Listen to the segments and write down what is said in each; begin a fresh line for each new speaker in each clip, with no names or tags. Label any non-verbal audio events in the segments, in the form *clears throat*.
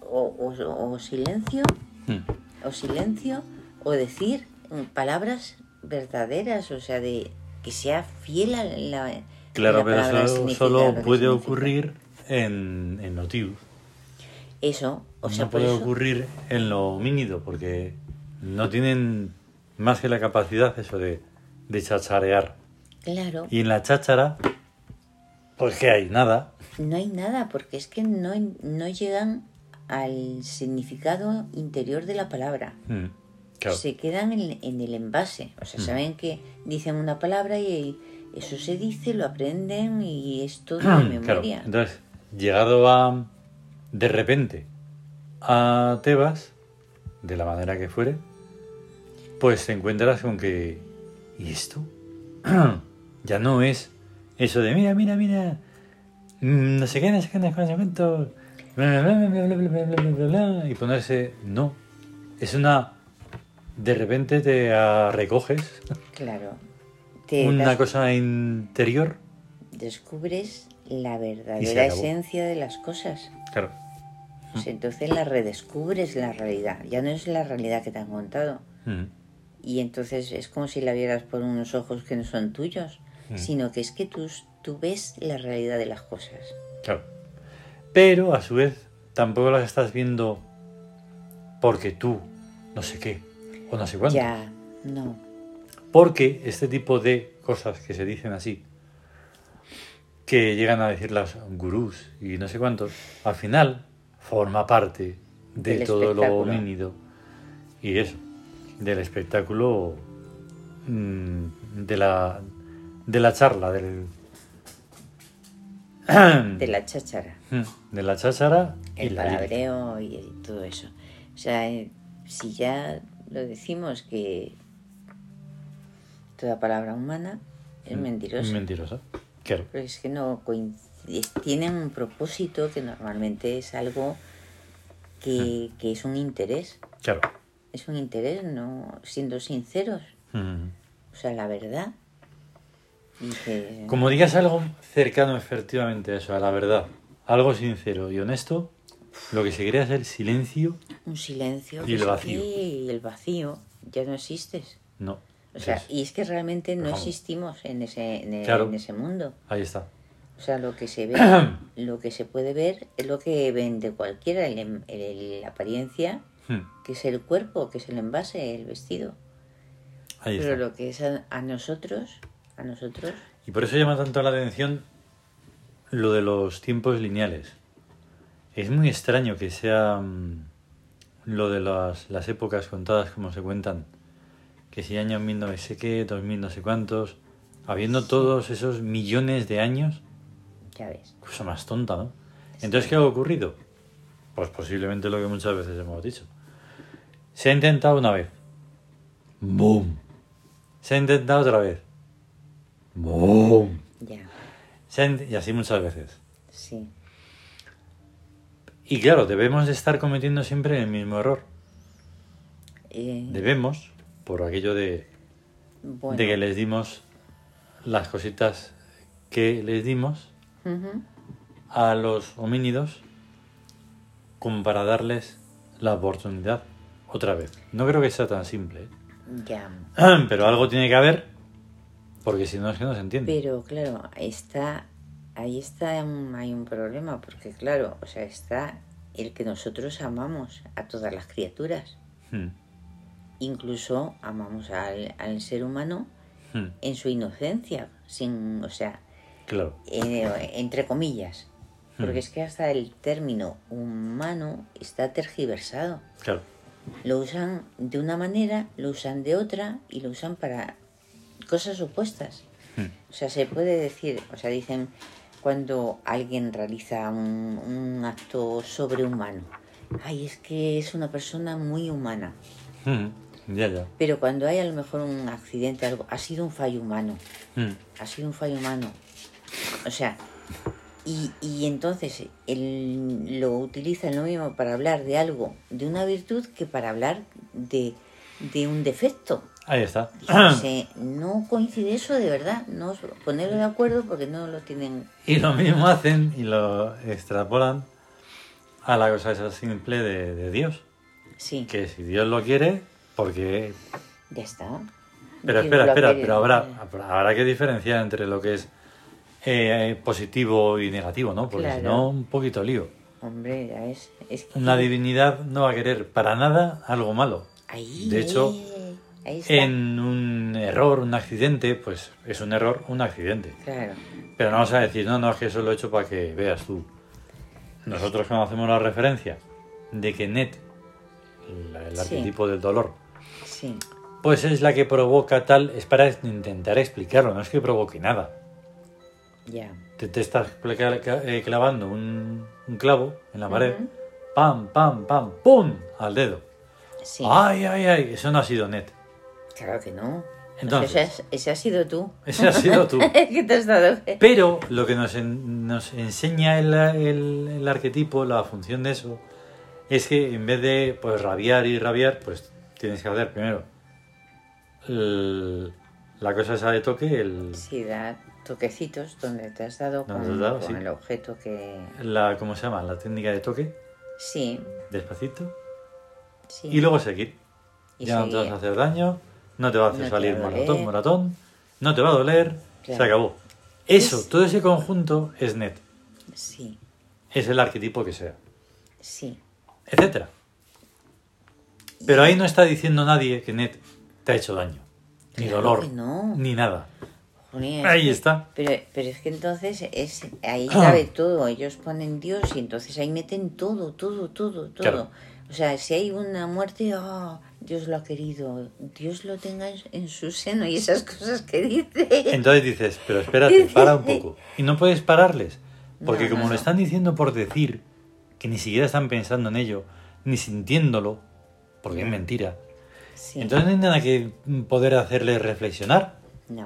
o, o- o silencio, o silencio, o decir mm, palabras verdaderas, o sea, de que sea fiel a la. a
Claro,
la
pero
palabra,
solo,
significa
solo
lo que
puede
significa.
ocurrir en, en Nautilus.
Eso, o sea, pues,
no
por
puede
eso-
ocurrir en lo homínido, porque no tienen más que la capacidad eso de, de chacharear.
Claro,
Y en la cháchara, pues que hay nada.
no hay nada, porque es que no, no llegan al significado interior de la palabra.
Mm, claro. Mm.
se quedan en, en el envase. O sea, saben que dicen una palabra y eso se dice, lo aprenden y es
*clears throat*
todo de
Mm, Claro,
memoria.
entonces, llegado a, de repente, a Tebas, de la manera que fuere, pues te encuentras con que, ¿y esto? *clears throat* ya no es eso de, mira, mira, mira, mm, no sé qué, no sé qué, no sé qué, no sé cuánto, bla, bla, bla, bla, bla, bla, bla, bla, bla, bla, bla", y ponerse, no, es una, de repente te ah, recoges
Claro. Te
una
das-
cosa interior,
descubres la
Y se
verdadera
acabó. Ah.
esencia de las cosas.
claro,
O sea, entonces la redescubres la realidad. Ya no es la realidad que te han contado.
Mm,
Y entonces es como si la vieras por unos ojos que no son tuyos,
Mm.
sino que es que tú, tú ves la realidad de las cosas.
Claro. Pero a su vez tampoco las estás viendo porque tú no sé qué o no sé cuánto.
Ya, no.
Porque este tipo de cosas que se dicen así, que llegan a decir las gurús y no sé cuántos, al final forma parte de
Del
todo lo
espectáculo.
homínido y eso, del espectáculo mm, de la de la charla del
De la cháchara.
Mm, De la cháchara y
el
la lírica.
palabreo y, y todo eso. O sea, eh, si ya lo decimos que toda palabra humana es
Mm.
mentirosa,
Mentirosa. Claro.
pero es que no coin- es- tienen un propósito que normalmente es algo que, que es un interés,
Claro.
es un interés, no siendo sinceros,
Mm.
o sea, la verdad. Y que-
Como digas algo cercano efectivamente a eso, a la verdad, algo sincero y honesto, lo que se crea es el silencio.
un silencio
Y
que
el
es
vacío.
aquí, y el vacío, ya no existes.
No.
O sea,
Sí, sí.
y es que realmente no
Pero vamos.
existimos en ese, en, e-
Claro.
en ese mundo.
Ahí está.
O sea, lo que
*coughs*
se ve, lo que se puede ver es lo que ven de cualquiera, el em- el- la apariencia,
Mm.
que es el cuerpo, que es el envase, el vestido.
Ahí
Pero
está.
lo que es a, a nosotros, a nosotros,
Y por eso llama tanto la atención lo de los tiempos lineales. Es muy extraño que sea mm, lo de las, las épocas contadas como se cuentan. Que si año 1000 no sé qué, 2000 no sé cuántos. Habiendo todos esos millones de años,
ya ves.
cosa más tonta, ¿no? Entonces, ¿qué ha ocurrido? Pues posiblemente lo que muchas veces hemos dicho. Se ha intentado una vez. ¡Boom! Se ha intentado otra vez. ¡Boom!
Ya,
Se ha int- y así muchas veces.
sí.
Y claro, debemos de estar cometiendo siempre el mismo error.
Eh,
Debemos, por aquello de,
bueno.
de que les dimos las cositas que les dimos
Ujú.
a los homínidos, como para darles la oportunidad otra vez. No creo que sea tan simple, ¿eh? *clears throat*
Ya.
pero algo tiene que haber, porque si no es que no se entiende.
Pero claro, está, ahí está, un- hay un problema, porque claro, o sea, está el que nosotros amamos a todas las criaturas,
Hmm,
incluso amamos al, al ser humano
hmm,
en su inocencia, sin, o sea,
Claro.
eh, entre comillas, porque
Hmm.
es que hasta el término humano está tergiversado.
Claro.
Lo usan de una manera, lo usan de otra y lo usan para cosas opuestas.
Hmm.
O sea, se puede decir, o sea, dicen cuando alguien realiza un, un acto sobrehumano. Ay, es que es una persona muy humana.
Hmm, Ya, ya.
Pero cuando hay a lo mejor un accidente, algo, ha sido un fallo humano.
Hmm,
Ha sido un fallo humano. O sea, y, y entonces el- lo utilizan lo mismo para hablar de algo, de una virtud, que para hablar de, de un
*clears throat*
defecto.
Ahí está.
Se- no coincide eso de verdad. No os poneros de acuerdo porque no lo tienen.
Y lo mismo hacen y lo extrapolan a la cosa esa simple de, de Dios.
Sí,
Que si Dios lo quiere, porque...
ya está.
Pero
Dios
espera,
lo
espera,
quiere.
pero habrá, habrá, habrá que diferenciar entre lo que es eh, positivo y negativo, ¿no? Porque si
Claro.
no, un poquito lío.
Hombre, ya es, es que...
La divinidad no va a querer para nada algo malo.
Ahí,
de hecho,
eh, ahí está.
En un error, un accidente, pues es un error, un accidente.
Claro,
Pero no vas a decir, no, no, es que eso lo he hecho para que veas tú. Nosotros cuando hacemos la referencia de que Net, la- el
Sí.
arquetipo del dolor,
sí.
pues es la que provoca tal, es para intentar explicarlo, no es que provoque nada.
Ya.
Te, te estás cla- cla- eh, clavando un, un clavo en la pared,
Ujú.
pam, pam, pam, pum, al dedo.
Sí.
Ay, ay, ay, eso no ha sido Net.
Claro que no.
Entonces.
Ese, has- ese has sido tú. *laughs*
Ese ha sido tú.
Es que te has dado fe.
Pero lo que nos, en- nos enseña el, el- el arquetipo, la función de eso, es que en vez de pues rabiar y rabiar, pues tienes que hacer primero el- la cosa esa de toque, el,
Sí, da toquecitos donde te has dado
Donde
con,
te has dado,
con
sí.
el objeto que...
la, ¿cómo se llama? La técnica de toque,
Sí,
despacito,
sí.
y luego seguir.
Y
ya no te vas
seguía.
a hacer daño, no te va a hacer
No te va a
salir
doler.
maratón, maratón, no te va a doler, se
Claro.
acabó. Eso,
Es-
todo ese conjunto es net,
Sí,
es el arquetipo que sea.
sí.
etcétera. Pero ahí no está diciendo nadie que Net te ha hecho daño, ni
Claro
dolor,
que no.
ni nada.
Joder,
Ahí está.
Pero, pero es que entonces es ahí
Ah.
cabe todo. Ellos ponen Dios y entonces ahí meten todo, todo, todo, todo.
Claro.
O sea, si hay una muerte, ah, Dios lo ha querido, Dios lo tenga en- en su seno y esas cosas que dice.
Entonces dices, pero espérate, para un poco. Y no puedes pararles, porque
eh, No,
como
no,
lo
no.
están diciendo por decir, que ni siquiera están pensando en ello, ni sintiéndolo, porque es mentira.
Sí.
Entonces no hay nada que poder hacerles reflexionar.
No,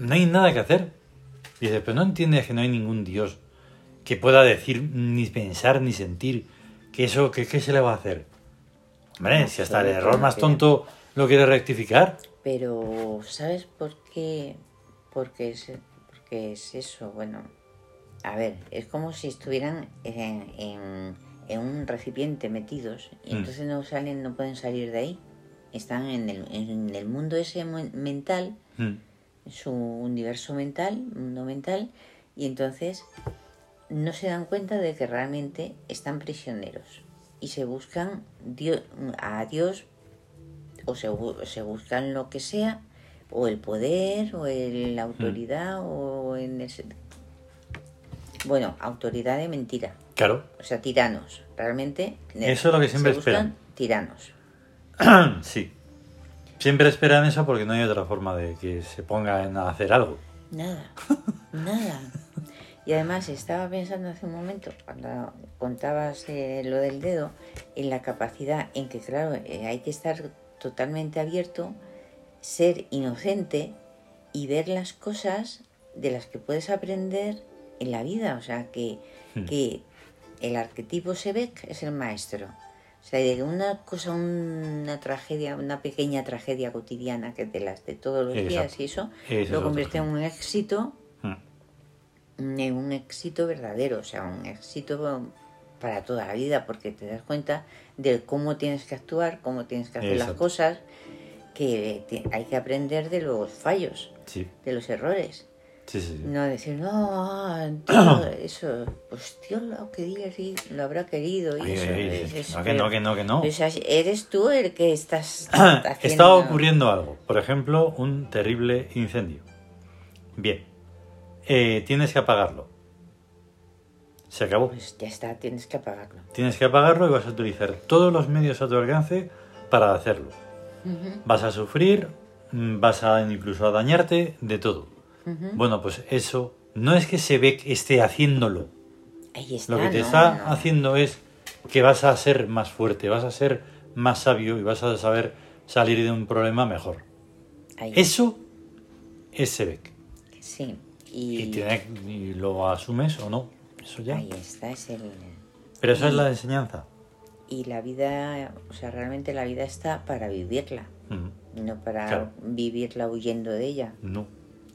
No hay nada que hacer. Dices, pero no entiendes que no hay ningún Dios que pueda decir, ni pensar, ni sentir que eso, que, ¿qué se le va a hacer? Hombre,
No,
si hasta el
sí,
error
no
más
tiene.
tonto lo quiere rectificar.
pero ¿sabes por qué? Porque es, porque es eso, bueno. A ver, es como si estuvieran en, en- en un recipiente metidos y
Mm.
entonces no salen, no pueden salir de ahí. Están en el, en el mundo ese mu- mental,
Mm,
su universo mental, mundo mental, y entonces no se dan cuenta de que realmente están prisioneros y se buscan Dio- a Dios o se, bu- se buscan lo que sea, o el poder, o
Mm.
el- la autoridad, o en ese... Bueno, autoridad de mentira,
Claro,
o sea, tiranos, realmente.
Eso es lo que siempre
se buscan
esperan.
Tiranos,
Mm, sí. Siempre esperan eso porque no hay otra forma de que se pongan a hacer algo.
Nada, nada. Y además estaba pensando hace un momento, cuando contabas eh, lo del dedo, en la capacidad en que, claro, eh, hay que estar totalmente abierto, ser inocente y ver las cosas de las que puedes aprender en la vida. O sea, que,
Hmm.
que el arquetipo Sebek es el maestro. O sea, de una cosa, una tragedia, una pequeña tragedia cotidiana que te las de todos los días
Exacto.
y eso,
Ese es
lo
otro
convierte en
ejemplo.
un éxito,
Mm,
en un éxito verdadero, o sea, un éxito para toda la vida, porque te das cuenta de cómo tienes que actuar, cómo tienes que hacer las
Exacto.
cosas, que te- hay que aprender de los fallos,
Sí,
de los errores.
sí, sí. sí.
No decir, no, ah,
*clears throat*
tío, eso, pues Dios lo, quería, sí, lo habrá querido. Y
Oye,
eso,
oye,
es-
dices,
es-
no, que no, que no, que no.
o sea, eres tú el que estás haciendo...
*clears throat* Está ocurriendo algo. Por ejemplo, un terrible incendio. Bien. Eh, tienes que apagarlo. Se acabó.
Pues ya está, tienes que apagarlo.
Tienes que apagarlo y vas a utilizar todos los medios a tu alcance para hacerlo.
Ujú,
Vas a sufrir, mm, vas a incluso a dañarte, de todo.
ujú.
Bueno, pues eso no es que se ve que esté haciéndolo.
Ahí está,
Lo que te
no,
está
no.
haciendo es que vas a ser más fuerte, vas a ser más sabio y vas a saber salir de un problema mejor.
Ahí.
Eso es Sebek.
Sí,
Y,
y,
tiene- y lo asumes o no. Eso ya.
ahí está, es el...
Pero esa es la enseñanza.
Y la vida, o sea, realmente la vida está para vivirla,
Mm,
no para
Claro.
vivirla huyendo de ella,
No.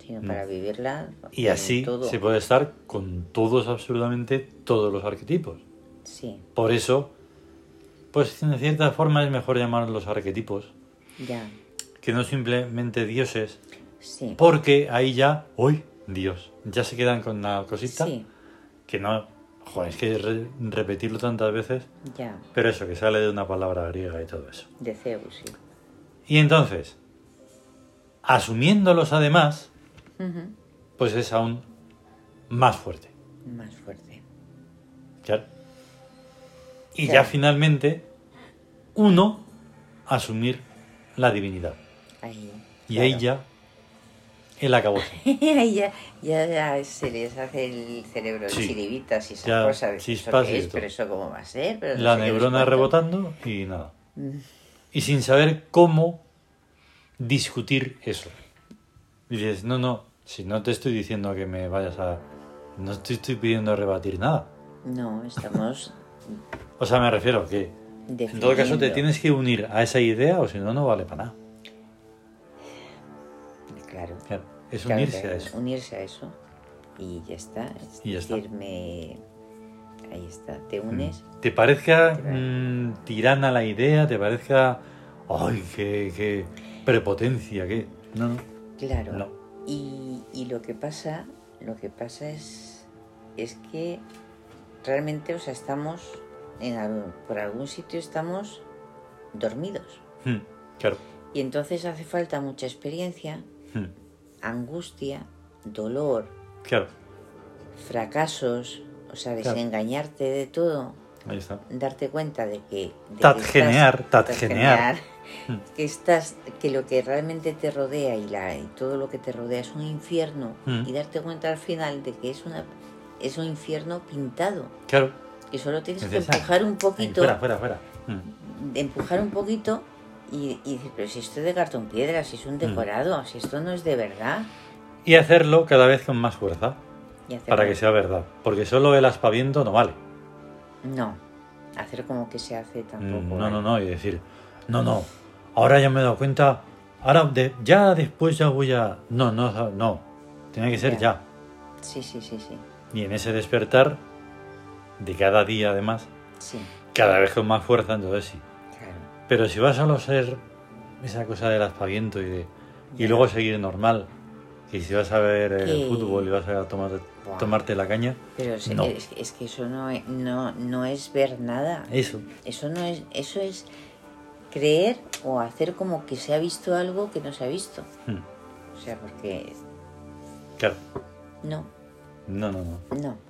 sino
Mm.
para vivirla
Y
con
así
todo.
se puede estar con todos, absolutamente todos los arquetipos.
sí,
Por eso, pues en cierta forma es mejor llamarlos arquetipos
ya,
que no simplemente dioses,
sí.
porque ahí ya, hoy, Dios, ya se quedan con una cosita
Sí,
que no, joder, es que re- repetirlo tantas veces,
ya,
pero eso, que sale de una palabra griega y todo eso.
de Zeus, sí.
Y entonces, asumiéndolos además,
Ujú,
pues es aún más fuerte.
Más fuerte.
Claro. Y ya
Claro.
finalmente, uno, asumir la divinidad.
Ahí.
Y
claro.
ahí ya, el acabó.
*laughs* Ahí ya, ya, ya se les hace el cerebro de
Sí.
chiribitas y esas
Ya,
cosas. ¿Eso
chispas
qué
y
es?
esto.
Pero eso cómo va a ser. Pero no
La
sé qué, no sé
neurona
cuánto.
rebotando y nada.
Mm.
Y sin saber cómo discutir eso. Y dices, no, no, si no te estoy diciendo que me vayas a... No te estoy pidiendo rebatir nada.
No, estamos
O sea, me refiero que En todo caso, te tienes que unir a esa idea o si no, no vale para nada.
Claro.
Claro, Es
Claro,
unirse
claro,
a eso.
Unirse a eso. Y ya está. Es
Y ya está. Mm.
decirme- Ahí está. Te unes.
¿Te parezca
Claro.
mm, tirana la idea? ¿Te parezca... ¡Ay, qué, qué prepotencia! Qué... No, no.
Claro.
No.
Y, y lo que pasa, lo que pasa es, es que realmente, o sea, estamos en algún- por algún sitio estamos dormidos.
Mm, Claro.
Y entonces hace falta mucha experiencia,
Mm,
angustia, dolor,
Claro.
fracasos, o sea,
Claro.
desengañarte de todo,
Ahí está.
darte cuenta de que... de que
Tatgenear,
estás-
tatgenear. Hmm.
tatgenear, Que, estás, que lo que realmente te rodea y, la, y todo lo que te rodea es un infierno
Mm.
y darte cuenta al final de que es, una, es un infierno pintado
Claro.
y solo tienes que
Necesario.
empujar un
Ahí,
poquito
fuera, fuera, fuera. Mm,
de empujar un poquito y, y decir, pero si esto es de cartón piedra, si es
Hmm.
un decorado, si esto no es de verdad.
Y hacerlo cada vez con más fuerza
Y hacer
para que sea verdad. Porque solo el aspaviento no vale.
No, hacer como que se hace tampoco. ¿eh?
Mm, No,
¿vale?
no, no, y decir, no, no, ahora ya me he dado cuenta, ahora de- ya después ya voy a... No, no, no, tiene que ser
Ya.
ya.
Sí, sí, sí, sí.
Y en ese despertar, de cada día además,
Sí,
cada vez con más fuerza, entonces sí.
claro.
Pero si vas a lo ser esa cosa del aspaviento y de... Y luego seguir normal, y si vas a ver el
Que-
fútbol y vas a tomar-
Buah.
tomarte la caña,
Pero es,
No.
es- es que eso no, e- no, no es ver nada. *laughs*
eso,
Eso no es, eso es creer o hacer como que se ha visto algo que no se ha visto.
Mm,
O sea, porque
claro,
no,
no, no, no.
no.